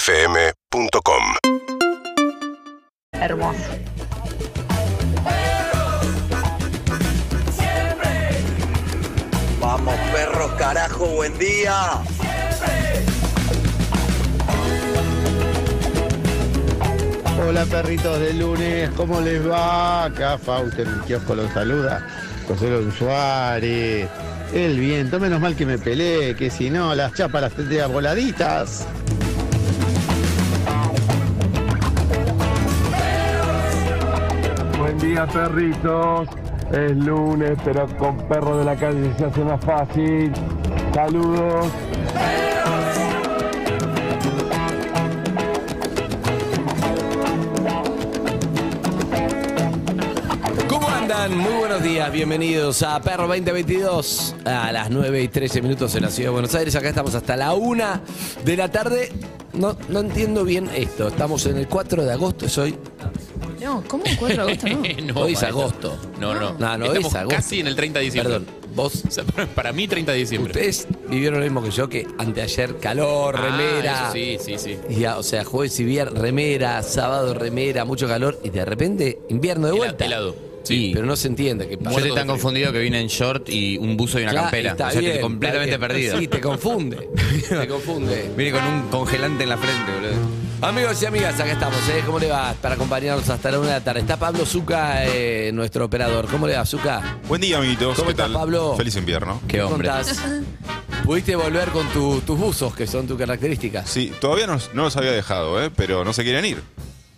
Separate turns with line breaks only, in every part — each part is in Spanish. UrbanaPlayFM.com
Hermoso.
Vamos, perros, carajo, buen día.
Hola perritos de lunes, ¿cómo les va? Acá Fausto en el kiosco los saluda. José Luis Suárez. El viento, menos mal que me peleé, que si no, las chapas las tendría voladitas.
Buen día, perritos. Es lunes, pero con perros de la calle se hace más fácil. Saludos.
¿Cómo andan? Muy buenos días, bienvenidos a Perro 2022 a las 9 y 13 minutos en la ciudad de Buenos Aires. Acá estamos hasta la 1 de la tarde. No, no entiendo bien esto. Estamos en el 4 de agosto, es hoy.
No, ¿cómo 4 de agosto? No.
No,
hoy es
maestro.
agosto.
No, no,
No, no,
Estamos
es agosto.
casi en el 30 de diciembre.
Perdón, vos.
O sea, para- para mí 30 de diciembre.
Ustedes vivieron lo mismo que yo, que anteayer calor,
Ah,
remera.
eso sí, sí, sí.
Y ya, o sea, jueves y viernes, remera, sábado, remera, mucho calor y de repente invierno de
Hela-
vuelta.
helado.
Sí.
Sí.
Pero no se entiende qué pasa.
Yo estoy tan confundido que vine en short y un buzo y una
Claro,
campera.
está
o sea,
bien,
estoy completamente
está bien.
perdido.
Sí, te confunde. te confunde.
Vine con un congelante en la frente, boludo.
Amigos y amigas, acá estamos, ¿eh? ¿Cómo le va? Para acompañarnos hasta la una de la tarde. Está Pablo Zuca, eh, nuestro operador. ¿Cómo le va, Zuca?
Buen día, amiguitos.
¿Cómo
¿Qué
está,
tal?
Pablo?
Feliz invierno.
Qué hombre.
contás? ¿Pudiste volver con tu- tus buzos, que son tus características?
Sí, todavía no, no los había dejado, ¿eh? pero no se quieren ir.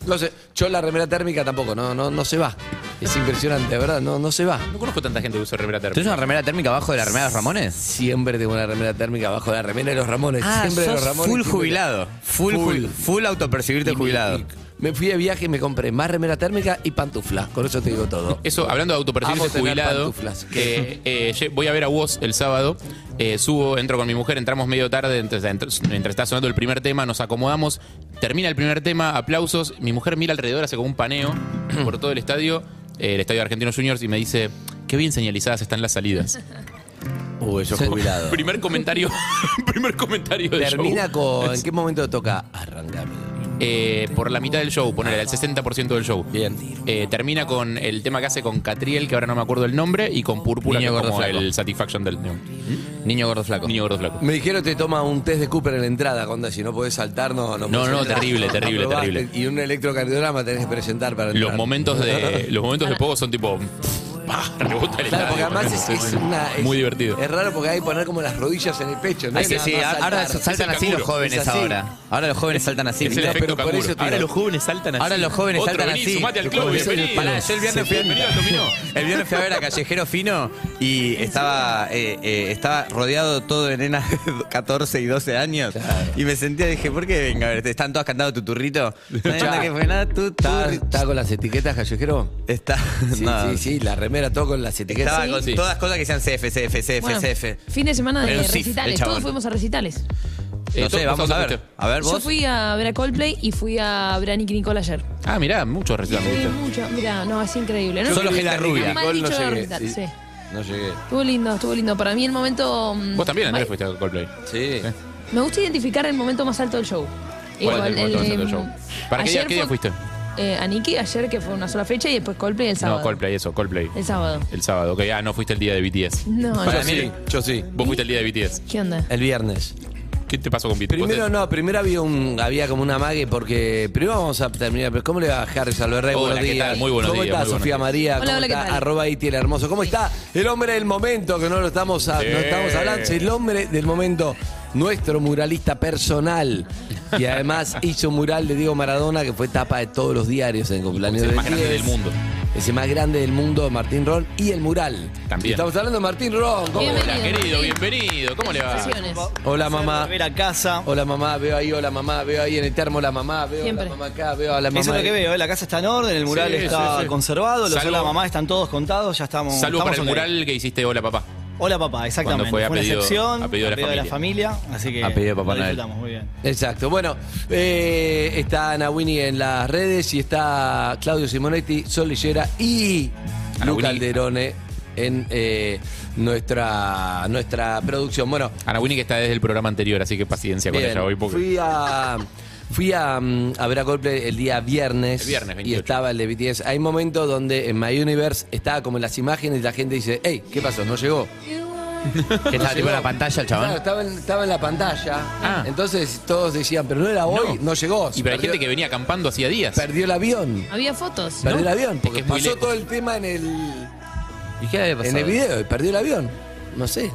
No sé, yo la remera térmica tampoco, no, no, no se va. Es impresionante, ¿verdad? No, no se va.
No conozco tanta gente que usa remera
¿Tenés
térmica.
una remera térmica abajo de la remera de los Ramones? Ah,
Siempre tengo una remera térmica abajo de la remera de los Ramones. siempre de
sos
los Ramones.
full
siempre-
jubilado. Full,
Full.
full, full autopercibirte
Y me-
jubilado.
y Me fui de viaje y me compré más remera térmica y pantufla. Con eso te digo todo.
Eso, hablando de autopercibirse
Amo tener
jubilado,
pantuflas.
que, eh, ye- voy a ver a vos el sábado. eh, subo, entro con mi mujer, entramos medio tarde, entonces, entr- mientras está sonando el primer tema, nos acomodamos, termina el primer tema, aplausos, mi mujer mira alrededor, hace como un paneo por todo el estadio, eh, el estadio de Argentinos Juniors, y me dice, qué bien señalizadas están las salidas.
Uy, yo jubilado.
primer comentario, primer comentario del show.
Termina con. ¿En qué momento toca? Arrancame.
Eh, por la mitad del show, poner el 60% del show.
Bien.
Eh, termina con el tema que hace con Catriel, que ahora no me acuerdo el nombre, y con Púrpura,
Niño
que es
gordo
como
flaco.
el Satisfaction del no,
Niño gordo flaco.
Niño Gordo Flaco.
Me dijeron te toma un test de Cooper en la entrada, Conda, si no podés saltar, no, no
No,
podés
no,
entrar.
terrible, terrible,
Aprobaste.
terrible.
Y un electrocardiograma tenés que presentar para entrar.
Los momentos de los momentos de poco son tipo. pa, rebota el
Claro, porque
estadio.
además es, es una. es-
Muy divertido.
Es raro porque hay que poner como las rodillas en el pecho, ¿no?
Ay, sí,
Nada
sí,
más
ahora
saltar.
saltan
Es el
así los
canguro.
jóvenes
Es así.
ahora. Ahora los jóvenes saltan así.
Es el
¿viste?
efecto
pero por
canguro.
eso te
Ahora
digo.
los jóvenes saltan así.
Ahora los jóvenes
Otro,
saltan
vení,
así.
Sumate al
Los
club,
jóvenes
bienvenido.
saltan
Pará, yo el viernes fui,
Bienvenido al dominó.
el viernes fui a ver a Callejero Fino y estaba, eh, eh, estaba rodeado todo de nenas de 14 y 12 años. Y me sentía, dije, ¿por qué venga? A ver, te están todas cantando tuturrito.
Escuchá.
Nada que fue nada,
¿Está,
tuturri-
está con las etiquetas, callejero?
Está,
Sí,
no,
sí, sí, la remera, todo con las etiquetas.
Estaba con
Sí.
todas cosas que sean CF, CF, CF,
Bueno,
CF.
fin de semana de
Era un cif, el
recitales.
chabón.
Todos fuimos a recitales.
Eh,
No sé,
todos
vamos a ver.
fuiste.
A ver,
Yo
vos.
fui a ver a Coldplay y fui a ver a Nicky Nicole ayer.
Ah, mirá, muchos
Y
recién.
fui mucho. Mirá, no, es increíble. ¿no?
Solo
Estuvo
gente rubia.
Mal dicho de recital,
sí.
sí.
No llegué.
lindo, estuvo lindo. Para mí el momento... mm,
Vos también, Andrés,
ma-
fuiste a Coldplay.
Sí.
Me gusta identificar el momento más alto del show. em,
¿Cuál es el momento más alto del show? ¿Para qué
ayer
día- qué día
fue-
fuiste?
eh, a Nicky ayer, que fue una sola fecha, y después Coldplay el sábado.
No, Coldplay, eso, Coldplay.
El sábado.
El sábado, ok. Ah, no fuiste el día de BTS.
No, no.
Yo sí, yo sí.
Vos fuiste el día de BTS.
¿Qué onda?
El viernes.
¿Qué te pasó con BTS?
Primero no, primero había un había como una amague porque primero vamos a terminar, pero ¿cómo le va a Harry Salverrey?
Hola,
buenos
¿qué
días.
tal? Muy buenos
¿Cómo
días,
está
muy buenos
Sofía
días.
María?
Hola,
¿Cómo
hola, ¿qué
está
tal?
arroba Iti el hermoso? ¿Cómo está el hombre del momento que no lo estamos a- no
Sí.
estamos hablando? Es El hombre del momento, nuestro muralista personal. Y además hizo un mural de Diego Maradona que fue tapa de todos los diarios en cumpleaños
Es el
del
más grande
10.
del mundo.
Es el más grande del mundo, Martín Ron, y el mural.
También.
Estamos hablando de Martín Ron. ¿Cómo le va?
Hola, querido, bienvenido. ¿Cómo le va?
Felicitaciones.
Hola mamá.
volver a casa.
Hola mamá, veo ahí, hola mamá, veo ahí en el termo la mamá, veo
Siempre.
la mamá acá, veo a la mamá.
Eso es lo que veo, ¿eh? la casa está en orden, el mural
Sí,
está
sí, sí.
conservado, los
Salvo-
hola mamá están todos contados, ya estamos.
Salvo para
estamos
el
ok.
mural que hiciste Hola Papá.
Hola papá, exactamente.
fue a
una
pedido-
excepción,
a pedido de la
familia. así
Ah,
que
A pedido de Papá
lo
Noel.
disfrutamos, muy bien.
Exacto, bueno, eh, está Ana Winnie en las redes y está Claudio Simonetti, Sol Lillera y
Ana
Lu
Winnie.
Calderone. en eh, nuestra, nuestra producción. Bueno,
Ana Winnie que está desde el programa anterior, así que paciencia con
Bien,
ella hoy. Porque...
Fui a. Fui a, mm, a ver a Coldplay el día viernes,
El viernes,
y
28.
estaba el de BTS. Hay momentos donde en My Universe estaba como en las imágenes y la gente dice, hey, ¿qué pasó? No llegó.
Que estaba tipo en la pantalla el chabón.
Claro, estaba en, estaba en la pantalla.
Ah.
Entonces todos decían, pero no era hoy, no, llegó.
Y pero hay gente que venía acampando hacía días.
Perdió el avión.
Había fotos.
Perdió el
¿No?
avión,
Es
porque
que es muy
pasó
lejos.
todo el tema en el,
¿Y qué le había
en el video y perdió el avión. No sé.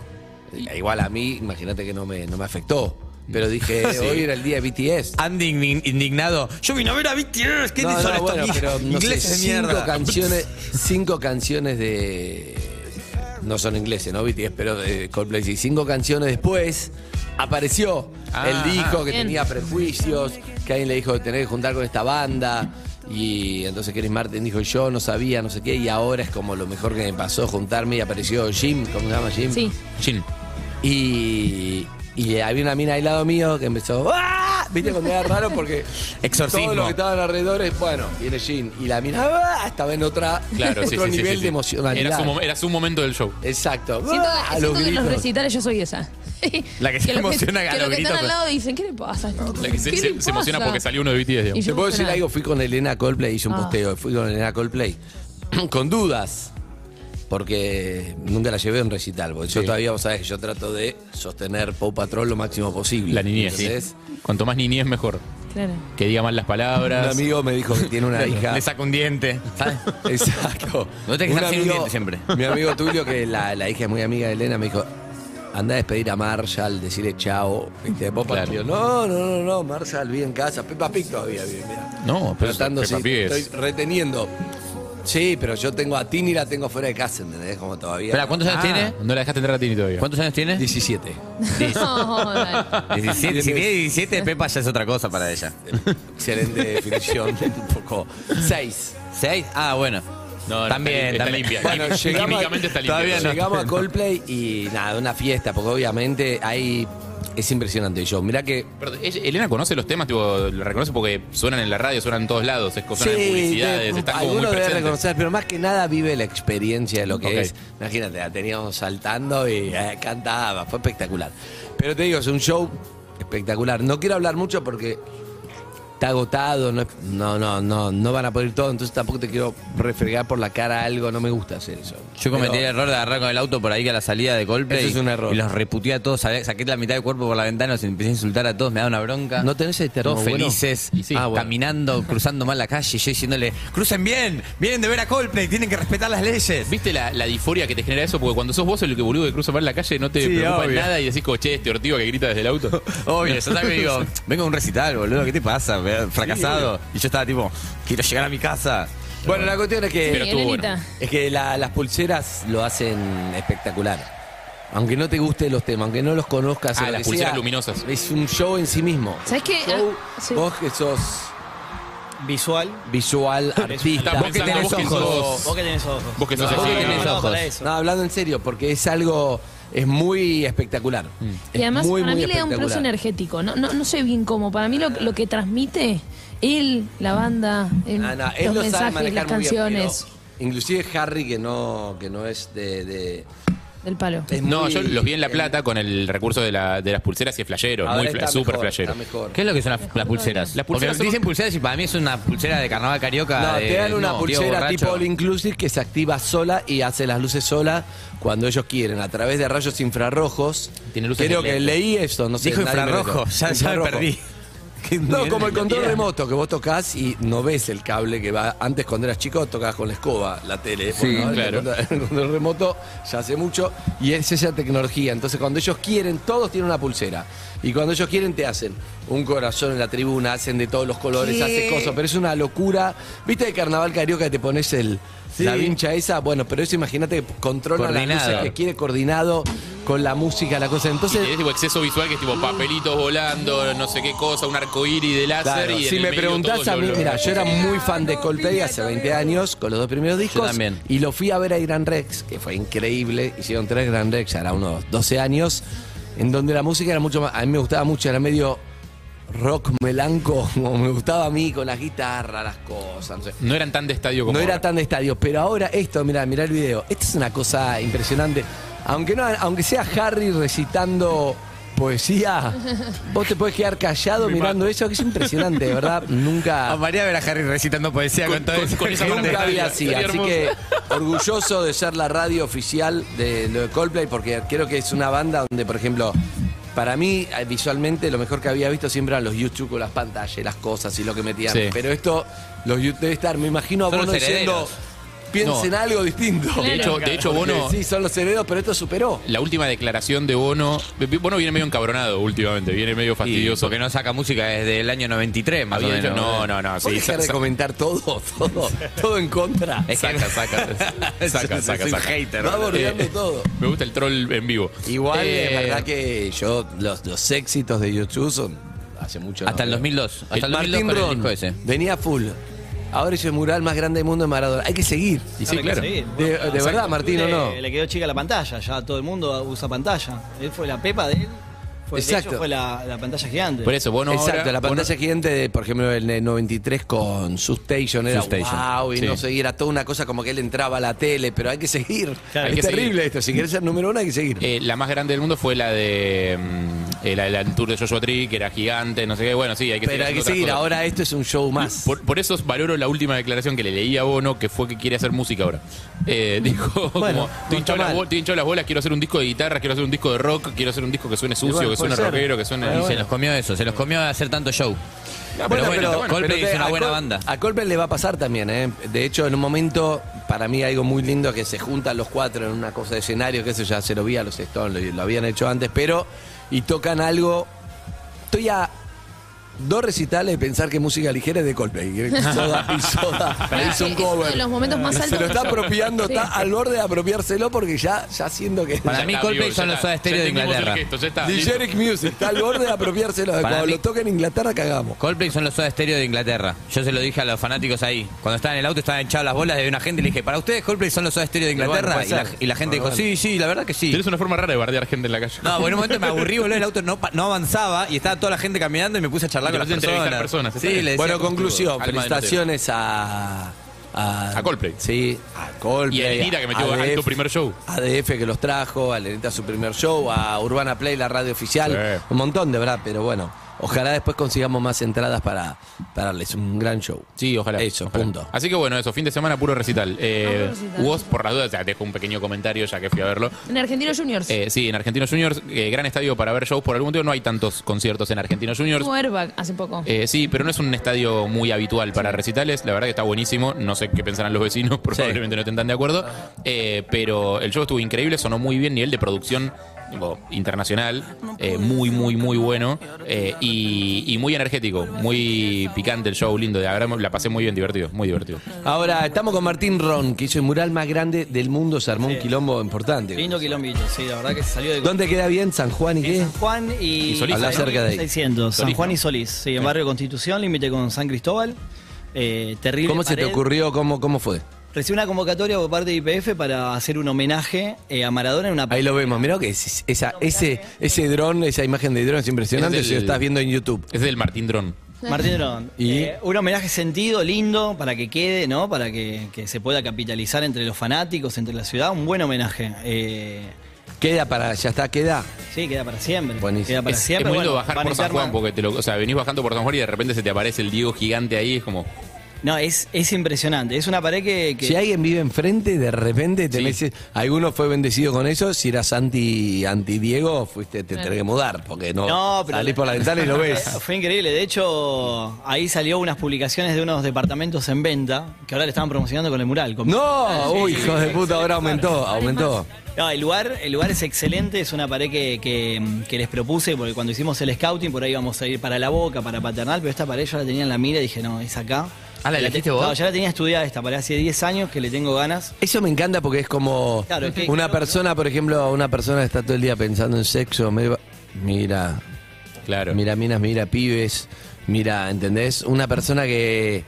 Igual a mí, imagínate que no me, no me afectó. Pero dije, hoy era el día de BTS.
Andy indign- indignado. Yo vine a ver a BTS. ¿Qué
No,
son
no,
estos
bueno,
mi-
pero, no sé,
ingleses de
cinco
mierda?
canciones, cinco canciones de no son ingleses, no BTS, pero de Coldplay. Y cinco canciones después apareció
Ah,
el disco que
bien.
tenía prejuicios, que alguien le dijo que tenés que juntar con esta banda. Y entonces Chris Martin dijo yo no sabía, no sé qué, y ahora es como lo mejor que me pasó juntarme y apareció Jim, ¿cómo se llama Jim?
Sí.
Chin.
Y, y había una mina al lado mío que empezó. ¡Ah! ¿Viste cuando era raro? Porque.
Exorcismo.
Todos los que estaban alrededor es, bueno, viene Jin. Y la mina ¡ah! estaba en otra,
Claro, sí,
otro
sí, sí,
nivel
sí, sí.
de emocionalidad.
Era su, mom- era su momento del show.
Exacto.
Siento,
¡Ah!
siento que en los
gritos.
recitales yo soy esa.
La que se
los
emociona a
que,
los
los que
gritos.
están al lado dicen, ¿qué le pasa?
La que se,
¿Qué
se-
le
se emociona
pasa?
porque salió uno de BTS.
Y
digamos.
yo
Te puedo decir
emocionada.
algo, fui con Elena Coldplay, hice un
Ah.
posteo, fui con Elena Coldplay, con dudas, porque nunca la llevé a un recital, porque yo todavía, vos sabés, yo trato de sostener Pop Patrol lo máximo posible.
La niñez.
Entonces,
sí. Cuanto más niñez, mejor.
Claro.
Que diga mal las
Un
palabras.
amigo me dijo que tiene una hija.
Le saca un diente.
Exacto.
No tenés que estar sin un diente siempre.
Mi amigo Tulio, que la, la hija es muy amiga de Elena, me dijo, anda a despedir a Marshall, decirle chao. Viste, vos
Claro.
partió, No, no, no, no, Marshall, vi en casa. Peppa Pig todavía vive, mirá.
No, pero
Tratando,
Peppa
sí,
Pig es-
estoy reteniendo. Sí, pero yo tengo a Tini, la tengo fuera de casa, ¿entendés? Como todavía. Ah.
Espera, ¿cuántos
Ah.
años tiene?
No la dejaste entrar a Tini todavía.
¿Cuántos años tiene?
17.
No, dale.
17. Si tiene 17, Pepa ya es otra cosa para ella.
Excelente definición. Un poco. Seis.
¿Seis? Ah, bueno.
No, no,
también,
está,
también.
limpia.
Bueno, llegamos-
Químicamente está limpia.
todavía no.
Llegamos a Coldplay y nada, una fiesta, porque obviamente hay. Es impresionante el show. Mirá que
Pero, ¿ella- Elena conoce los temas, tipo, lo reconoce porque suenan en la radio, suenan en todos lados, es- suenan en publicidades,
de-
están como
alguno
muy
debe
presentes.
reconocer, pero más que nada vive la experiencia de lo que
Ok.
es. Imagínate, la teníamos saltando y eh, cantaba, fue espectacular. Pero te digo, es un show espectacular. No quiero hablar mucho porque está agotado, no, es- no, no, no, no van a poder ir todo, entonces tampoco te quiero refregar por la cara algo, no me gusta hacer eso.
Yo cometí
Pero-
el error de agarrar con el auto por ahí que a la salida de golpe.
Eso
y-
es un error.
Y los reputé a todos. sa- Saqué la mitad del cuerpo por la ventana, los empecé a insultar a todos, me da una bronca.
¿No tenés el termo
Todos
bueno?
felices,
Y sí. Ah, bueno.
caminando, cruzando mal la calle. Y yo diciéndole, crucen bien, vienen de ver a Coldplay, tienen que respetar las leyes.
¿Viste la, la disforia que te genera eso? Porque cuando sos vos el que boludo que cruza por la calle no te
Sí,
preocupa
obvio.
nada y decís como, che, este ortigo que grita desde el auto.
Obvio, yo también digo, vengo a un recital, boludo, ¿qué te pasa? Me- Fracasado. y yo estaba tipo, quiero llegar a mi casa.
Bueno, la cuestión es que...
Pero
Sí,
estuvo bueno.
Elenita.
Es que la- las pulseras lo hacen espectacular. Aunque no te gusten los temas, aunque no los conozcas.
Ah,
o lo
las
que
pulseras
sea,
luminosas.
Es un show en sí mismo.
¿Sabés qué?
Show,
Ah, sí.
Vos que sos
Visual.
visual, artista.
Estás
Vos que
pensando
tenés
vos que
ojos.
sos-
Vos que tenés ojos.
Vos que sos
No,
así.
vos que tenés
No,
ojos. para
no,
eso.
No, hablando en serio, porque es algo... Es muy espectacular.
Mm.
Y además,
es muy,
para
muy
mí le da un plus
espectacular.
energético. No, no, no sé bien cómo. Para mí lo, lo que transmite él, la banda, el-
Ah, no, él
los
lo sabe
mensajes, las
manejar muy bien,
canciones,
pero Inclusive Harry, que no, que no es de... de-
del palo.
es
No,
muy-
yo los vi en La
es-
Plata con el recurso de, la- de las pulseras y es flashero, es
Ahora
muy
está
fla- súper
mejor,
flashero.
está mejor.
¿Qué es lo que son las, las pulseras?
Las pulseras
Porque
son-
dicen pulseras y para mí es una pulsera de carnaval carioca.
No,
de-
te dan una
eh, no, Diego
pulsera
Borracho.
tipo All Inclusive que se activa sola y hace las luces sola cuando ellos quieren, a través de rayos infrarrojos.
Tiene luces
Creo
de
que
LED.
leí esto, no sé.
Dijo
nadie me lo
infrarrojo,
dijo.
ya, ya me
Infrarrojo.
perdí. Qué
No,
nivel
como
de
el control
mentira.
remoto, que vos tocas y no ves el cable que va. Antes, cuando eras chico, tocabas con la escoba la tele. Bueno, ahora
claro.
el control- El control remoto ya hace mucho y es esa tecnología. Entonces, cuando ellos quieren, todos tienen una pulsera. Y cuando ellos quieren, te hacen un corazón en la tribuna, hacen de todos los colores, hacen cosas. Pero es una locura. ¿Viste el carnaval carioca que te pones el, la vincha esa? Bueno, pero eso imagínate que controla las
Coordinado.
luces que quiere coordinado con la música, la cosa.
Y
Entonces,
tenés tipo exceso visual que es tipo papelitos volando, no sé qué cosa, un arcoíris de láser
Claro,
y en
si
el
me
medio
preguntás
todo
a
lo-
mí,
lo-
mira, yo era muy fan de Coldplay hace 20 años con los dos primeros discos.
también.
Y lo fui a ver a Gran Rex, que fue increíble. Hicieron tres Gran Rex, hará unos 12 años, en donde la música era mucho más. A mí me gustaba mucho, era medio rock melanco como me gustaba a mí, con las guitarras, las cosas, no sé.
No eran tan de estadio como
No era
ahora.
tan de estadio, pero ahora esto, mirá, mirá el video. Esta es una cosa impresionante. Aunque, no, aunque sea Harry recitando poesía, vos te podés quedar callado mirando eso, que es impresionante, de ¿verdad? Nunca,
A María ver a Harry recitando poesía con, todo
con-
ese-
con esa
nunca había así.
Sería
Así
hermoso.
que orgulloso de ser la radio oficial de lo de Coldplay, porque creo que es una banda donde, por ejemplo, para mí, eh, visualmente, lo mejor que había visto siempre eran los YouTube con las pantallas, las cosas y lo que metían.
Sí.
Pero esto, los YouTube debe estar, me imagino a
Son
Bono
los
diciendo,
herederos.
piensen
No.
algo distinto.
De hecho, de hecho
Porque
Bono,
Sí, son los herederos, pero esto superó.
la última declaración de Bono, Bono viene medio encabronado últimamente, viene medio
Fastidioso.
fastidioso.
Porque no saca música desde el año 93, más
Había
o
dicho,
menos.
no, no, no,
¿Puedes
sí,
dejar
sa-
de
sa-
comentar todo, todo, todo en contra.
Es que- Saca, saca.
Saca, saca,
Soy un
saca.
hater.
Va bordeando
Eh,
todo.
Me gusta el troll en vivo.
Igual es
Eh,
verdad que yo, los, los éxitos de YouTube son hace mucho. no
Hasta el
veo.
2002. Hasta el
Martín
2002 con el
Ron
disco ese.
venía full. Ahora es el mural más grande del mundo en Maradona. Hay que seguir.
Y sí,
Hay que
claro.
seguir.
De, de
Exacto.
verdad, Martín, ¿o no?
Eh, Le, le quedó chica la pantalla, ya todo el mundo usa pantalla. Él fue la pepa de él. Fue, de hecho,
Exacto.
fue la, la pantalla gigante.
Por eso, Bono
Exacto,
ahora-
la
Bono-
pantalla gigante, de, por ejemplo, en el 93 con Substation era
Substation,
wow, y
sí.
no seguir, era toda una cosa como que él entraba a la tele, pero hay que seguir.
Claro,
es
hay que
terrible
seguir.
esto, si quieres ser número uno hay que seguir.
Eh, la más grande del mundo fue la de mm, eh, la, la del tour de Joshua Tree, que era gigante, no sé qué. Bueno, sí, hay que
pero hay que
haciendo otras
seguir,
cosas.
ahora esto es un show más.
Por, por eso valoro la última declaración que le leí a Bono, que fue que quiere hacer música ahora. Eh, dijo,
Bueno,
como, estoy
no está
hinchado, las
mal.
bol- estoy hinchado las bolas, quiero hacer un disco de guitarra, quiero hacer un disco de rock, quiero hacer un disco que suene sucio,
bueno, puede
que suene
ser.
rockero, que suene...
Y se los comió eso, se los comió hacer tanto show. Pero
Bueno,
bueno, Coldplay
pero
es
que
una
a
buena
Col-
banda.
A Coldplay le va a pasar también, ¿eh? De hecho, en un momento, para mí algo muy lindo es que se juntan los cuatro en una cosa de escenario, que eso ya se lo vi a los Stones, lo, lo habían hecho antes, pero. Y tocan algo. Estoy a. Dos recitales de pensar que música ligera es de Coldplay. que Soda y soda.
Pará,
hizo un
es uno
cover.
de los momentos más
Se
altos.
lo está apropiando,
Sí.
está al borde de apropiárselo porque ya, ya siento que.
Para
Ya
mí
está,
Coldplay
amigo, ya
son los
está.
Soda Stereo
Ya
de
entendimos el
Inglaterra.
gesto, ya está, listo.
Ligeric Music está al borde de apropiárselo.
Para
Cuando
mí-
lo toquen en Inglaterra, cagamos.
Coldplay son los Soda Stereo de Inglaterra. Yo se lo dije a los fanáticos ahí. Cuando estaba en el auto estaban echados las bolas de una gente y le dije, para ustedes Coldplay son los Soda Stereo de
Pero bueno,
Inglaterra.
puede
y, la,
ser. Ah,
y la gente
Bueno,
dijo, sí, sí, la verdad que sí.
Tienes una forma rara de bardear gente en la calle.
No, bueno, en un momento me aburrí, boludo, el auto no, pa- no avanzaba y estaba toda la gente caminando y me puse a charlar
Y te
con las
pusiste a
personas.
entrevistar personas, está
Sí,
bien.
le decía,
Bueno, conclusión,
Alma de Mateo.
felicitaciones a, a.
A Coldplay.
Sí, a Coldplay.
Y a Elvira, que metió
a
alto primer show.
ADF que los trajo, a Lenita su primer show, a Urbana Play, la radio oficial.
Sí.
Un montón de verdad, pero bueno. Ojalá después consigamos más entradas para, para darles un gran show.
Sí, ojalá.
Eso,
ojalá.
punto.
Así que bueno, eso, fin de semana puro recital. Eh,
Ah, puro recital.
Vos, por las dudas, o sea, dejo un pequeño comentario ya que fui a verlo.
En Argentinos Juniors.
Eh, sí, en Argentinos Juniors, eh, gran estadio para ver shows. Por algún motivo no hay tantos conciertos en Argentinos Juniors.
Tuvo Airbag hace poco.
Eh, sí, pero no es un estadio muy habitual para recitales. La verdad que está buenísimo. No sé qué pensarán los vecinos, probablemente no estén tan de acuerdo.
Ah.
Eh, pero el show estuvo increíble, sonó muy bien, nivel de producción tipo, internacional, eh, muy, muy, muy bueno eh, y, y muy energético, muy picante el show, lindo. La, verdad, la pasé muy bien, divertido, muy divertido.
Ahora, estamos con Martín Ron, que hizo el mural más grande del mundo. Se armó un quilombo importante.
Lindo quilombito, sí, la verdad que se salió de
¿Dónde queda bien? ¿San Juan y
En
qué?
San Juan y,
Y Solís.
Hablá cerca de ahí.
600, San
Solís,
Juan
¿no?
y Solís, sí, en barrio Constitución, límite con San Cristóbal. Eh, terrible.
¿Cómo se te
pared.
ocurrió? ¿Cómo, cómo fue?
Recibí una convocatoria por parte de IPF para hacer un homenaje eh, a Maradona en una
Ahí lo vemos, mirá que es- esa, ese, ese dron, esa imagen de dron es impresionante
Es
si lo
del-
estás viendo en YouTube.
Es del Martín Drón.
Martín Drón.
¿Y?
Eh, un homenaje sentido, lindo, para que quede, ¿no? Para que, que se pueda capitalizar entre los fanáticos, entre la ciudad. Un buen homenaje. Eh,
Queda para, ya está, queda.
sí, queda para siempre.
Buenísimo.
Queda para
Es, es
siempre.
muy
bueno,
lindo bajar
van
por
y
San
arman-
Juan, porque te lo- o sea, venís bajando por San Juan y de repente se te aparece el Diego gigante ahí, es como...
No, es, es impresionante. Es una pared que. que-
Si alguien vive enfrente, de repente te
Sí.
metes- Alguno fue bendecido con eso. Si eras anti, anti Diego, fuiste, te tenés que mudar, porque no,
Eh. No, pero-
salís por la ventana y lo ves.
Ah, Fue increíble, de hecho ahí salió unas publicaciones de unos departamentos en venta que ahora le estaban promocionando con el mural. Con-
¡No! Uy, hijo de puta, ahora aumentó, aumentó.
No, el lugar, el lugar es excelente, es una pared que, que- que les propuse, porque cuando hicimos el scouting por ahí íbamos a ir para la boca, para paternal, pero esta pared yo la tenía en la mira y dije, no, es acá.
Ah, ¿la
Ya
elegiste
te-
vos?
¿Oh?
No, ya la tenía estudiada esta pared hace 10 años que le tengo ganas.
Eso me encanta porque es como
Claro, que-
una persona, por ejemplo, una persona está todo el día pensando en sexo. me va- Mira,
Claro.
Mira minas, mira pibes, mira, ¿entendés? Una persona que,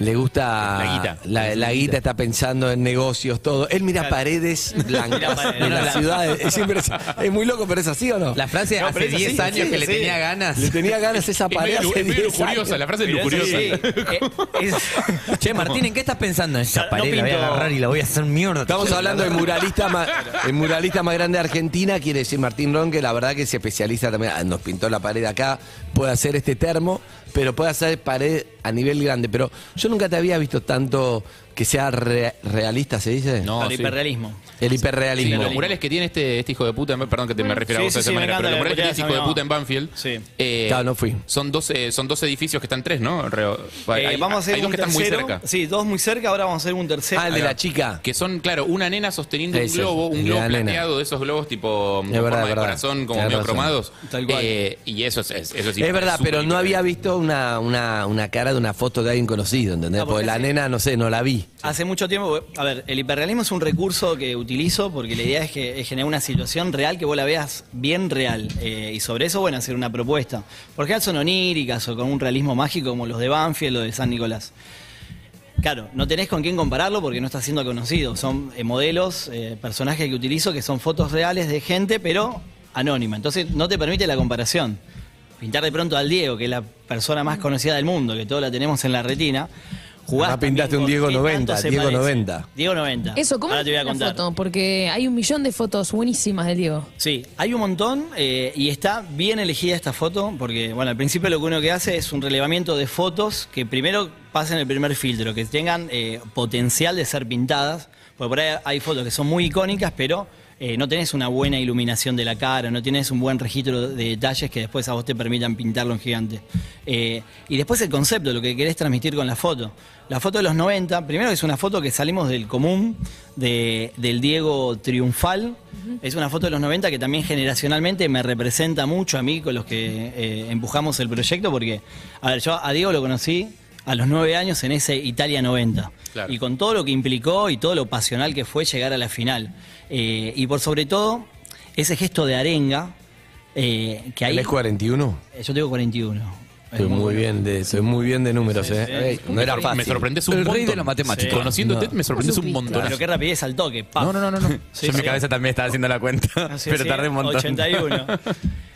Le gusta
La guita.
La, la guita está pensando en negocios, todo. Él mira paredes
Mira
blancas
paredes.
en las ciudades. Es, siempre así. Es muy loco, pero es así o no.
La frase
No, pero
hace
es así,
10 años
sí,
que le
sí.
tenía ganas.
Le tenía ganas esa
Es
pared.
medio, lu-
hace
es medio
10 años.
lujuriosa, la frase es
Pero
lujuriosa.
sí, eh, es-
Che, Martín, ¿en qué estás pensando? En
No,
esa
no
pared la voy a
pinto.
agarrar y la voy a hacer mierda.
Estamos hablando del muralista más, el muralista más grande de Argentina, quiere decir Martín Ron, que la verdad que se especializa también, ah, nos pintó la pared acá, puede hacer este termo, pero puede hacer pared a nivel grande. Pero yo nunca te había visto tanto que sea re- realista, ¿se dice?
No,
para el
sí.
hiperrealismo.
El
Sí,
hiperrealismo.
los murales que tiene este, este hijo de puta, en- perdón que te me refiero a
sí,
vos de
sí,
esa
sí, me
manera, pero
encanta
los
la
murales que tiene este hijo de
no.
puta en Banfield.
Sí.
eh,
Claro, no fui.
Son dos, eh, son dos edificios que están tres, ¿no? Re-
Eh,
hay,
vamos a hacer
hay dos
un
que están muy
tercero.
cerca.
Sí, dos muy cerca, ahora vamos a hacer un tercero.
ah, el de la chica.
Que son, claro, una nena sosteniendo
Ese,
un globo, un
la
globo
nena.
plateado de esos globos tipo con
Es verdad,
forma
es
de
verdad.
corazón, como
Tenés
medio
razón.
cromados.
Tal cual.
Eh, y eso es, es- eso
Es verdad, pero no había visto una, una, una cara de una foto de alguien conocido, ¿entendés?
No,
porque
porque
la
sí.
nena, no sé, no la vi.
Hace mucho tiempo, a ver, el hiperrealismo es un recurso que utilizo porque la idea es que es generar una situación real que vos la veas bien real. eh, y sobre eso, bueno, hacer una propuesta. Porque general son oníricas o con un realismo mágico como los de Banfield o de San Nicolás. Claro, no tenés con quién compararlo porque no está siendo conocido. Son eh, modelos, eh, personajes que utilizo que son fotos reales de gente, pero anónima. Entonces no te permite la comparación. Pintar de pronto al Diego, que es la persona más conocida del mundo, que todos la tenemos en la retina. Jugás
Además, pintaste
también
un
con
Diego
qué tanto
90,
se
Diego 90.
Diego 90.
Eso, ¿cómo
Ahora te voy a
la
contar.
foto? Porque hay un millón de fotos buenísimas del Diego.
Sí, hay un montón eh, y está bien elegida esta foto porque, bueno, al principio lo que uno que hace es un relevamiento de fotos que primero pasen el primer filtro, que tengan eh, potencial de ser pintadas, porque por ahí hay fotos que son muy icónicas, pero eh, no tenés una buena iluminación de la cara, no tenés un buen registro de detalles que después a vos te permitan pintarlo en gigante. Eh, y después el concepto, lo que querés transmitir con la foto. La foto de los 90, primero es una foto que salimos del común, de- del Diego triunfal. Es una foto de los 90 que también generacionalmente me representa mucho a mí con los que eh, empujamos el proyecto, porque, a ver, yo a Diego lo conocí a los 9 años en ese Italia 90.
Claro.
Y con todo lo que implicó y todo lo pasional que fue llegar a la final. Eh, y por sobre todo, ese gesto de arenga, eh, que ahí...
¿Él es 41?
Eh, Yo tengo 41.
Estoy
Eh,
muy bien de, soy muy bien de números, ¿eh? Ey, No era fácil.
Me sorprendes un
El
montón.
rey de los matemáticos.
Conociéndote,
No.
me sorprendes un
¿Cómo supiste?
montón.
Pero qué rapidez al toque. paf.
No, no, no, no. no.
Sí,
Yo en mi
sí.
cabeza también estaba haciendo la cuenta,
Así
pero
es,
tardé un montón.
81.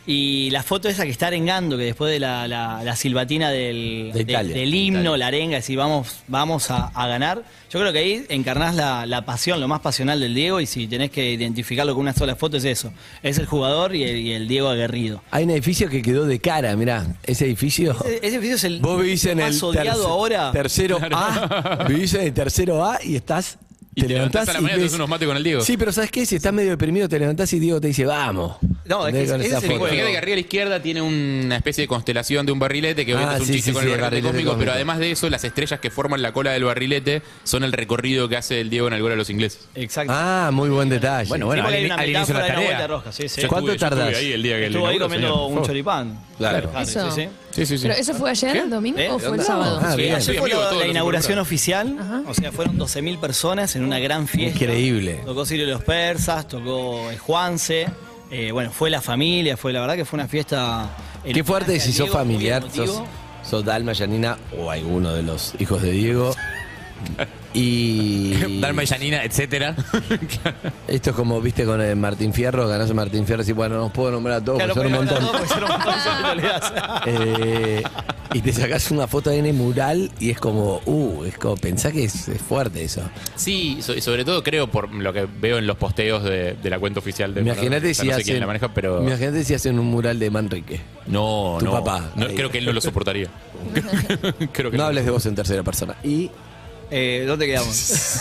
Y la foto esa que está arengando, que después de la, la- la silbatina del,
De Italia.
del himno, la arenga, decir vamos, vamos a, a ganar. Yo creo que ahí encarnás la, la pasión, lo más pasional del Diego, y si tenés que identificarlo con una sola foto es eso. Es el jugador y el, y el Diego aguerrido.
Hay un edificio que quedó de cara, mirá. Ese edificio.
Ese, ese edificio es el
Vos vivís en el
más odiado
terce-
ahora.
tercero A. Vivís en el tercero A y estás.
Y te levantás a la mañana y te haces unos mates con el Diego.
Sí, pero ¿sabes qué? Si estás medio deprimido, te levantás y Diego te dice, vamos.
No, es que
Andá con
ese- ese
esa
es el
foto.
juego.
Fíjate que arriba a la izquierda tiene una especie de constelación de un barrilete que
Ah,
obviamente es un
sí,
chiste
sí,
con
sí,
el
el
barrilete
barrilete
cósmico,
cósmico.
pero además de eso, las estrellas que forman la cola del barrilete son el recorrido que hace el Diego en el gol a los ingleses.
Exacto.
Ah, muy buen detalle.
Bueno,
Sí,
bueno,
porque hay
al,
una
al inicio de
metáfora
la
de una
tarea.
vuelta roja, sí, sí.
Yo
¿Cuánto
estuve- yo
tardás?
estuve ahí el día que
Estuvo ahí
inauguró,
comiendo
señor.
un choripán.
Claro.
Harry,
Eso.
Ah, sí, sí.
Sí, sí, sí.
¿Pero eso fue ayer,
¿Qué?
domingo,
¿Eh?
o fue el
¿Onda?
sábado?
Ah, bien.
Ese
Sí,
fue
amigo de
lo-
todos
la
los
inauguración
involucrados.
oficial, o sea, fueron 12.000 personas en una gran fiesta.
Increíble.
Tocó Sirio de los Persas, tocó eh, Juanse, eh, bueno, fue la familia, fue la verdad que fue una fiesta... el
Qué fuerte
homenaje
si
a
sos
Diego, muy
familiar,
emotivo.
sos, sos Dalma Yanina o alguno de los hijos de Diego. Y
Dalma y Janina, etcétera.
esto es como viste con eh, Martín Fierro, ganás a Martín Fierro y decís, bueno, no os puedo nombrar a todos,
Claro,
porque son un
porque
montón.
no, porque son un montón, siempre le das.
Eh, y te sacás una foto en el mural y es como, uh, es como, pensá que es, es fuerte eso.
Sí, so- y sobre todo creo por lo que veo en los posteos de, de la cuenta oficial de
Imagínate
o sea,
si
no sé
hacen.
quién la maneja, pero
Imagínate si hacen un mural de Manrique.
no,
tu
no,
papá.
no,
Ahí.
creo que él no lo soportaría. creo que
No hables de vos en tercera persona. Y
Eh, ¿Dónde quedamos?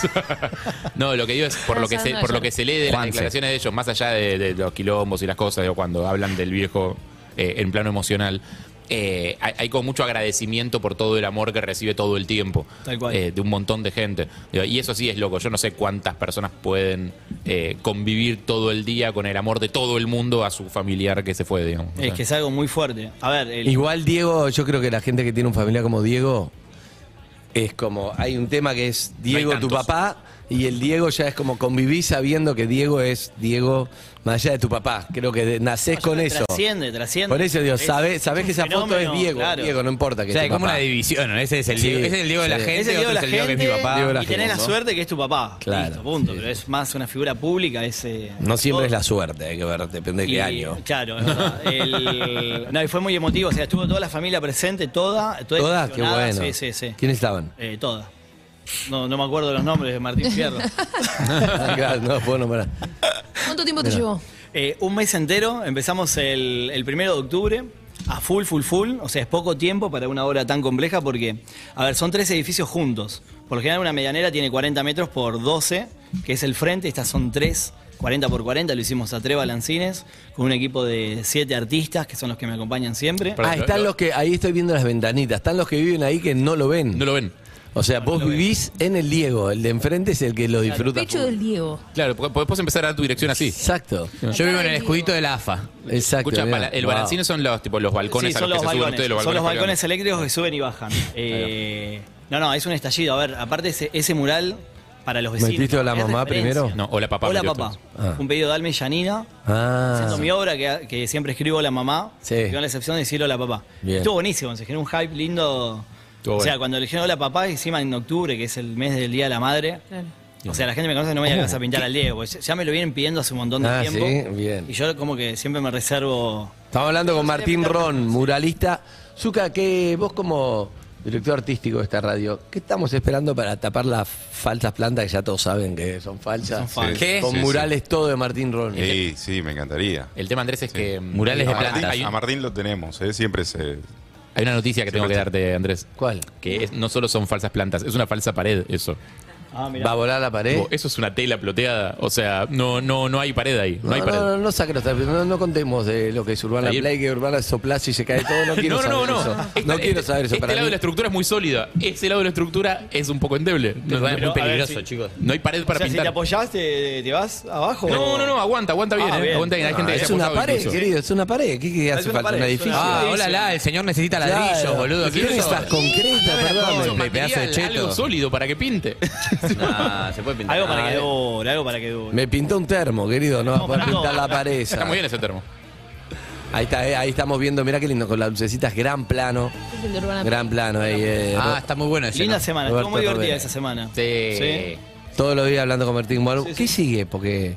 No, lo que digo es por lo que se, por lo que se lee de las
Juanse.
declaraciones de ellos, más allá de, de los quilombos y las cosas, digo, cuando hablan del viejo eh, en plano emocional. eh, hay, hay como mucho agradecimiento por todo el amor que recibe todo el tiempo
Tal cual.
eh, de un montón de gente. Digo, Y eso sí es loco. Yo no sé cuántas personas pueden eh, convivir todo el día con el amor de todo el mundo a su familiar que se fue, digamos. O
es
sea,
que es algo muy fuerte. A ver,
eh,
el-
Igual Diego, yo creo que la gente que tiene un familiar como Diego es como hay un tema que es Diego tu
tantos.
papá y el Diego ya es como convivís sabiendo que Diego es Diego más allá de tu papá. Creo que de- nacés con eso.
Trasciende, trasciende.
Por eso digo,
Es-
sabés, sabés
es
que
un
esa foto es
fenómeno,
Diego.
claro.
Diego, no importa que
O sea,
es
hay
tu
como
papá.
una división, ¿no? Ese es el
Sí,
Diego, ese es el Diego de la
sí.
gente,
Es el Diego de
otro
la
es el Diego que
gente
es mi papá.
Diego de la
y tenés
gente,
la
¿no?
suerte que es tu papá.
Claro,
Listo, punto.
sí,
pero
sí.
es más una figura pública. Es, eh,
No siempre
todo.
es la suerte, hay que ver, depende de
Y,
qué año.
Claro, es verdad. El- no, y fue muy emotivo. O sea, estuvo toda la familia presente, toda. Toda,
Todas, qué
emocionada, Sí,
bueno.
sí, sí.
¿Quiénes estaban?
Eh, toda. No, no me acuerdo los nombres de Martín Fierro.
Claro, no los puedo nombrar.
¿Cuánto tiempo te llevó?
Eh, un mes entero, empezamos el, el primero de octubre, a full, full, full. O sea, es poco tiempo para una obra tan compleja porque, a ver, son tres edificios juntos. Por lo general, una medianera tiene 40 metros por 12, que es el frente. Estas son tres, 40 por 40. Lo hicimos a tres balancines con un equipo de siete artistas que son los que me acompañan siempre.
Perdón,
ah,
lo-
están
lo-
los que, ahí estoy viendo las ventanitas, están los que viven ahí que no lo ven.
No lo ven.
O sea, vos vivís en el Diego, el de enfrente es el que lo disfruta.
Pecho del Diego.
Claro, porque podés empezar a dar tu dirección así.
Exacto.
Yo vivo en el escudito de la AFA.
Exacto.
Escucha,
mirá.
pala- el
Wow.
balancino son los, tipo, los balcones
Sí,
a
son
los
los
que se suben
balcones.
ustedes, los
son los
balcones colgantes.
balcones eléctricos que suben y bajan. Eh, no, no, es un estallido. A ver, aparte ese, ese mural para los vecinos.
¿Metiste a la
es
mamá
referencia.
primero?
No, hola papá.
Hola
metió
papá.
esto.
Ah.
Un pedido de Alma y Yanina. Haciendo
Ah,
mi obra que, que siempre escribo a la mamá.
Sí.
y Con la excepción de decir hola papá.
Bien.
Estuvo buenísimo, se generó un hype lindo.
Estuvo
O sea,
bueno.
cuando eligieron hola papá, encima en octubre, que es el mes del Día de la Madre.
Claro.
O sea, la gente me conoce, no me voy a casa a pintar al Diego, porque ya me lo vienen pidiendo hace un montón de
Oh. Ah,
tiempo.
sí, bien.
Y yo como que siempre me reservo
Estamos hablando con Martín Ron, muralista. Zuka, que vos como director artístico de esta radio, ¿qué estamos esperando para tapar las falsas plantas que ya todos saben que son falsas?
Son falsas.
¿Qué?
Con
Sí, Eh. sí.
murales todo de Martín Ron.
Sí, sí, me encantaría.
El tema, Andrés, es que. mm,
Murales de
a Martín-
plantas.
Hay,
A Martín lo tenemos, ¿eh? siempre se...
hay una noticia que tengo que darte, Andrés.
¿Cuál?
Que es- no solo son falsas plantas, es una falsa pared, eso.
Ah, mirá.
¿Va a volar la pared?
Tipo, Eso es una tela ploteada. O sea, no, no, no hay pared ahí. No,
No,
hay
no,
pared.
no, no saque los tapes, no, no contemos de lo que es Urbana
Ayer-
Play, que Urbana soplaza y se cae todo. No quiero
no,
saber
no, no.
eso.
Este-
no quiero
este-
saber eso.
Este
para
lado
mí.
de la estructura es muy sólida. Ese lado de la estructura es un poco endeble. No,
Urbana es muy
pero, a ver,
peligroso,
si-
chicos.
No hay pared
o
para
sea, si te
pintar.
apoyás, te, te vas abajo.
No, no, no, aguanta, aguanta bien,
Ah,
eh,
bien.
aguanta bien. Hay
Ah,
gente que se
es
ha
una
apoyado
pared,
incluso.
querido, es una pared. ¿Qué, qué hace
una
falta? ¿Un
pared, es
edificio?
una
Ah,
Sí,
hola,
sí.
la, el señor necesita
Claro.
ladrillos, boludo. ¿qué
¿Quién
es eso?
estás concreta,
Eso,
perdón?
me pedazo de
material,
cheto.
Algo sólido para que pinte.
Nah, se puede pintar.
Algo para
Ah,
que
eh.
dure, algo para que dure.
Me pintó un termo, querido, no va a
No,
poder
pará, no.
pintar la pared. esa.
Está muy bien ese termo.
Ahí está, eh, ahí estamos viendo, mirá qué lindo, con las lucecitas, gran plano.
Es el de Urbana
Gran plano ahí. eh,
Ah,
Ro-
está muy bueno ese.
Linda
¿no?
semana,
Roberto
estuvo muy divertida
Robert.
esa semana.
Sí.
Todos los días hablando con Martín Moru.
Sí, sí.
¿Qué sigue? Porque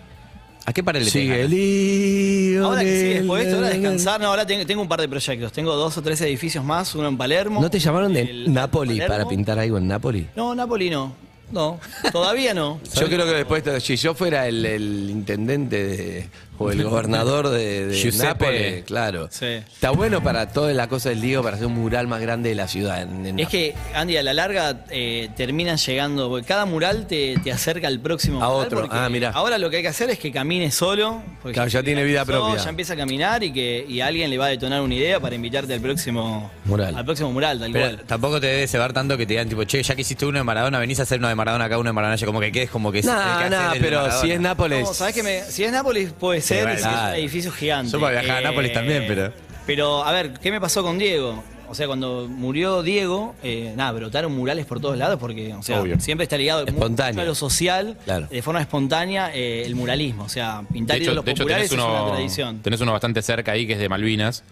¿A qué pared le
sigue
pegan?
el lío.
Ahora que sí,
del-
después de esto, ahora descansar. No, ahora tengo, tengo un par de proyectos. Tengo dos o tres edificios más, uno en Palermo.
¿No te llamaron de
el-
Napoli
Palermo.
para pintar algo en Napoli?
No, Napoli no. No, todavía no.
Yo creo que después, de- si yo fuera el, el intendente de- o el gobernador de, de
Giuseppe.
Nápoles, claro.
Sí.
Está bueno para toda la cosa del lío, para hacer un mural más grande de la ciudad. en- en
Es que, Andy, a la larga eh, terminan llegando. porque Cada mural te, te acerca al próximo
A
mural,
otro.
porque
Ah, mirá.
Ahora lo que hay que hacer es que camine solo. porque
Claro, ya tiene vida
empezó,
propia.
Ya empieza a caminar y que y alguien le va a detonar una idea para invitarte al próximo
Mural.
Al próximo mural, tal
Pero
cual.
tampoco te debe cebar tanto que te digan, tipo, che, ya que hiciste uno de Maradona, venís a hacer uno de Maradona acá, uno de Maradona allá. Como que quedes como que...
No,
el que hace
no,
del
pero
Maradona.
si es Nápoles.
No, sabes que Eh, si es Nápoles puede ser,
vale,
si es
claro.
un edificio gigante. eh,
Yo puedo viajar a Nápoles también, pero-
Pero, a ver, ¿qué me pasó con Diego? O sea, cuando murió Diego, eh, nada, brotaron murales por todos lados porque, o sea,
Obvio.
siempre está ligado mucho
Espontáneo.
a lo social,
Claro.
de forma espontánea, eh, el muralismo. O sea,
De
pintar
hecho,
ídolos
de hecho,
populares
tenés,
es
uno,
una tradición.
tenés uno bastante cerca ahí que es de Malvinas.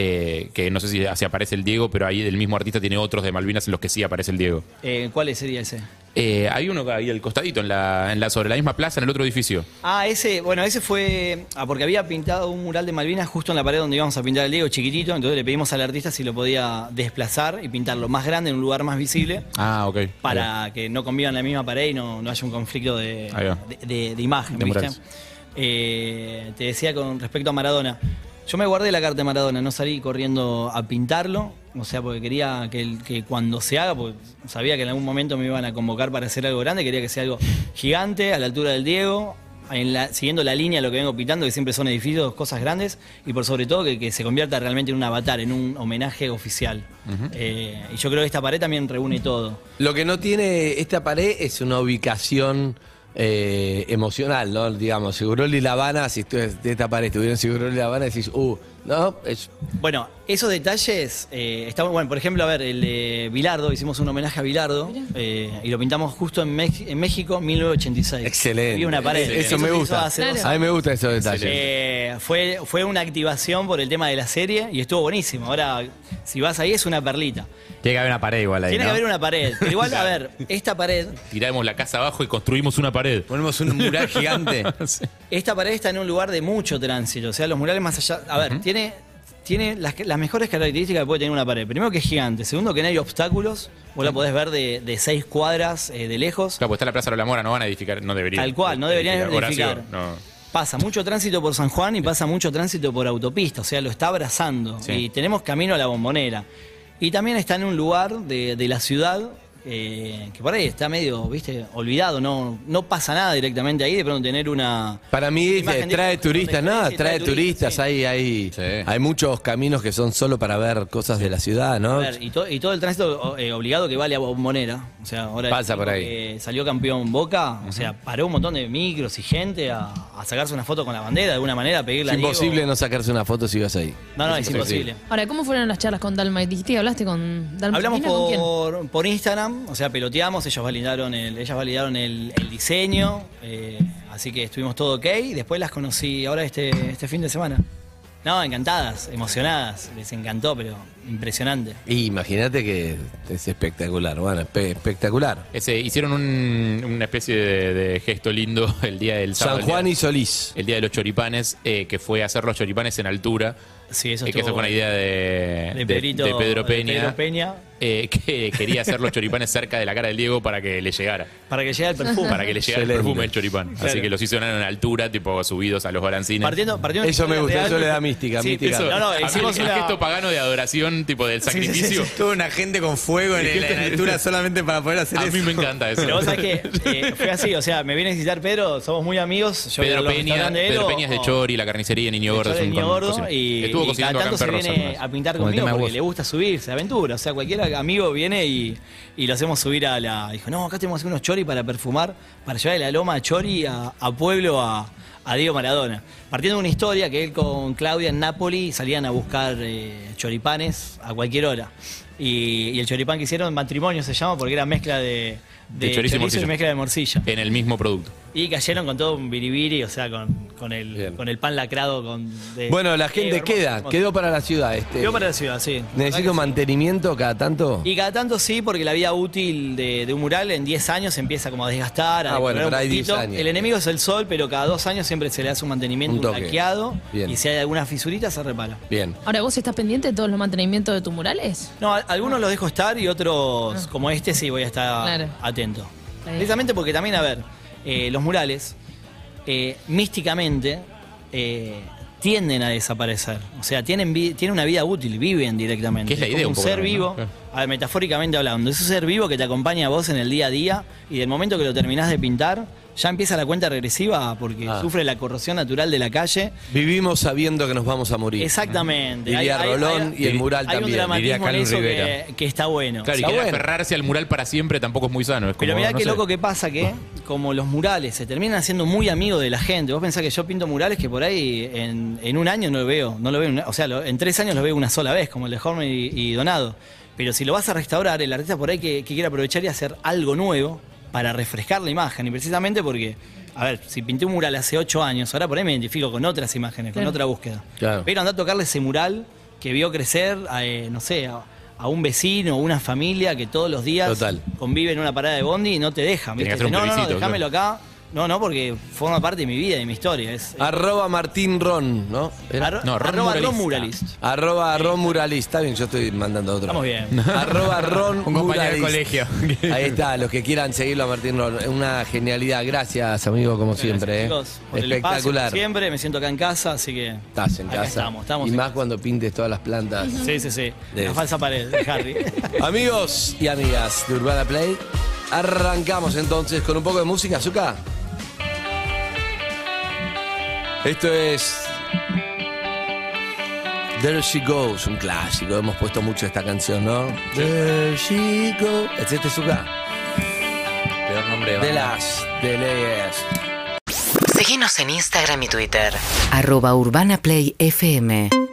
eh, que no sé si así aparece el Diego, pero ahí el mismo artista tiene otros de Malvinas en los que sí aparece el Diego.
Eh, ¿Cuál sería ese?
Eh, hay uno ahí al costadito, en la, en la, sobre la misma plaza, en el otro edificio.
Ah, ese, bueno, ese fue. Ah, porque había pintado un mural de Malvinas justo en la pared donde íbamos a pintar el Diego, chiquitito. Entonces le pedimos al artista si lo podía desplazar y pintarlo más grande en un lugar más visible.
Ah, ok.
para que no convivan en la misma pared y no, no haya un conflicto de,
Ahí va.
de, de- de imagen.
De
¿viste?
murales.
Eh, te decía con respecto a Maradona. Yo me guardé la carta de Maradona, no salí corriendo a pintarlo, o sea, porque quería que, el- que cuando se haga, porque sabía que en algún momento me iban a convocar para hacer algo grande, quería que sea algo gigante, a la altura del Diego, en la- siguiendo la línea de lo que vengo pintando, que siempre son edificios, cosas grandes, y por sobre todo que, que se convierta realmente en un avatar, en un homenaje oficial. Eh, y yo creo que esta pared también reúne todo.
Lo que no tiene esta pared es una ubicación eh, emocional, ¿no? Digamos, Siguroli y La Habana, si tú de esta pared estuvieron Siguroli y La Habana, decís, uh, No, es-
Bueno, esos detalles eh, está muy bueno. Por ejemplo, a ver, el de Bilardo, hicimos un homenaje a Bilardo eh, y lo pintamos justo en, Mex- en México, 1986.
excelente.
Había una pared.
Eso me
se hizo
gusta.
hace dos
Claro.
A mí me gustan esos detalles.
Eh, fue, fue una activación por el tema de la serie y estuvo buenísimo. Ahora, si vas ahí, es una perlita.
Tiene que haber una pared igual ahí.
Tiene
¿no?
que haber una pared. Pero igual, a ver, esta pared,
Tiramos la casa abajo y construimos una pared.
Ponemos un mural gigante.
esta pared está en un lugar de mucho tránsito. O sea, los murales más allá. A ver, tiene, tiene las, que- las mejores características que puede tener una pared. Primero que es gigante. Segundo que no hay obstáculos. Vos la podés ver de, de seis cuadras eh, de lejos.
Claro, pues está la Plaza de la Mora, no van a edificar, no deberían.
Tal cual, no deberían edificar.
Horacio, no.
Pasa mucho tránsito por San Juan y pasa mucho tránsito por autopista, o sea, lo está abrazando.
Sí.
Y tenemos camino a la bombonera. Y también está en un lugar de, de la ciudad eh, que por ahí está medio, viste, olvidado, no, no pasa nada directamente ahí, de pronto tener una...
Para mí
Imagen
eh,
de-
trae
de-
turistas, nada,
sí,
trae turistas,
sí.
hay, hay, hay muchos caminos que son solo para ver cosas de la ciudad,
A
¿no?
ver, y, to- y todo el tránsito o- eh, obligado que vale a Bombonera. O sea, ahora el
Pasa por
tipo
ahí.
que salió campeón Boca, o sea, paró un montón de micros y gente a, a sacarse una foto con la bandera de alguna manera, a pedirle
Es
a Diego-
imposible no sacarse una foto si vas ahí.
No, no, es imposible.
Ahora, ¿cómo fueron las charlas con Dalma? Dijiste que hablaste con Dalma.
Hablamos
Cristina, ¿con quién?
por, por Instagram, o sea, peloteamos, ellos validaron el, ellas validaron el, el diseño, eh, así que estuvimos todo ok. Después las conocí ahora este, este fin de semana. No, encantadas, emocionadas, les encantó, pero impresionante.
Y Imagínate que es espectacular, bueno, espe- espectacular.
Ese, eh, hicieron un- una especie de, de gesto lindo el día del sábado.
San Juan
el
y
día,
Solís.
el día de los choripanes, eh, que fue hacer los choripanes en altura.
Sí, eso
eh, que
estuvo
eso fue una idea de,
de, Pedrito-
de Pedro
de
Peña.
Pedro Peña,
eh, que quería hacer los choripanes cerca de la cara del Diego para que le llegara.
para que llegue el perfume.
Para que le llegara el
Excelente.
perfume del choripán. Así
Claro.
que los hicieron en altura, tipo subidos a los balancines.
Partiendo, partiendo
Eso me
de-
gusta,
de-
eso le da mística,
Sí,
mística.
eso- No, no,
A mí
hicimos
el
una-
gesto pagano de adoración, tipo del
sí, sí,
sacrificio.
sí.
Toda una gente con fuego en, el- en la altura solamente para poder hacer
A
eso.
mí me encanta eso.
Pero vos sabés que eh, fue así, o sea, me viene a visitar Pedro, somos muy amigos. Yo voy a
Pedro
los
Peña,
restaurantes de él
Pedro
o-
Peña es de
o-
Chori, la carnicería Niño Gordo. es
Yo
un
de Niño
con-
Gordo
cocinero.
y,
Estuvo
y cada
cocinando acá
tanto
en
se
Perros.
viene
además.
a pintar
Como el
conmigo
tema de
porque
vos.
le gusta subir, se aventura. O sea, cualquier amigo viene y, y lo hacemos subir a la. Dijo, no, acá tenemos que hacer unos chori para perfumar, para llevar de la loma a chori a, a pueblo a, a Diego Maradona. Partiendo de una historia que él con Claudia en Nápoli salían a buscar eh, choripanes a cualquier hora. Y, y el choripán que hicieron, matrimonio se llama, porque era mezcla de,
De
de,
chorizo y morcilla.
y mezcla de morcilla.
En el mismo producto.
Y cayeron con todo un biribiri, o sea, con, con, el,
Bien.
con el pan lacrado. Con, de-
Bueno, la
Sí,
gente
hermoso,
queda,
hermoso.
quedó para la ciudad. Este.
Quedó para la ciudad, sí.
Necesito
Verdad que
mantenimiento cada tanto.
sí. Y cada tanto sí, porque la vida útil de, de un mural en 10 años se empieza como a desgastar. A
Ah, bueno,
deteriorar un
pero hay 10
poquito.
años.
El enemigo es el sol, pero cada dos años siempre se le hace un mantenimiento,
Un
un,
toque.
laqueado.
Bien.
Y si hay alguna fisurita, se repara.
Bien.
Ahora, ¿vos estás pendiente de todos los mantenimientos de tus murales?
No, a- algunos los dejo estar y otros, como este, sí voy a estar
Ah. Claro.
atento.
Está bien.
Precisamente porque también, a ver, eh, los murales eh, místicamente eh, tienden a desaparecer. O sea, tienen, vi- tienen una vida útil, viven directamente.
Que es la
como
idea un
un
poco
ser
también, ¿no?
vivo,
Claro.
a ver, metafóricamente hablando, es un ser vivo que te acompaña a vos en el día a día y del momento que lo terminás de pintar, ya empieza la cuenta regresiva porque
Ah.
sufre la corrosión natural de la calle.
Vivimos sabiendo que nos vamos a morir.
Exactamente.
Diría Rolón y el mural
hay
también,
un
diría
dramatismo en
Carlos
eso
Rivera.
que, que está bueno.
Claro, y
Está
querer
bueno.
aferrarse al mural para siempre tampoco es muy sano. Es como,
Pero mirá
no
qué
sé.
loco que pasa que, como los murales se terminan haciendo muy amigos de la gente. Vos pensás que yo pinto murales que por ahí en, en un año no lo veo. No lo veo en- o sea, lo- en tres años lo veo una sola vez, como el de Horman y, y Donado. Pero si lo vas a restaurar, el artista por ahí que, que quiere aprovechar y hacer algo nuevo para refrescar la imagen. Y precisamente porque, a ver, si pinté un mural hace ocho años, ahora por ahí me identifico con otras imágenes,
Claro.
con otra búsqueda.
Claro.
Pero andá a tocarle ese mural que vio crecer, a, eh, no sé, a, a un vecino, a una familia que todos los días
Total.
convive en una parada de bondi y no te deja.
Tiene que
¿viste?
hacer un
no, no, no,
plebiscito,
déjamelo acá. No, no, porque forma parte de mi vida y de mi historia. Es,
Arroba Martín Ron, ¿no? Era-
Arro-
no, Ron
arroba
Muralista.
Ron Muralist.
Arroba Ron Muralista. Está bien, yo estoy mandando otra.
Estamos bien.
Arroba Ron
Un compañero de
Muralist.
colegio.
Ahí está, los que quieran seguirlo a Martín Ron. Una genialidad. Gracias, amigo, como siempre. ¿eh?
Chicos, por el espacio,
Espectacular.
como siempre me siento acá en casa, así que.
Estás en
acá
casa.
Estamos, estamos.
y
en
más cuando pintes todas las plantas.
casa. Sí, sí, sí.
De-
La falsa pared de Harry.
Amigos y amigas de Urbana Play, arrancamos entonces con un poco de música, Azúcar. Esto es There She Goes, un clásico. Hemos puesto mucho esta canción, ¿no? There She Goes. Es este Zucca.
Peor nombre de
De
banda.
las, de las.
Seguinos en Instagram y Twitter. Arroba Urbana Play FM.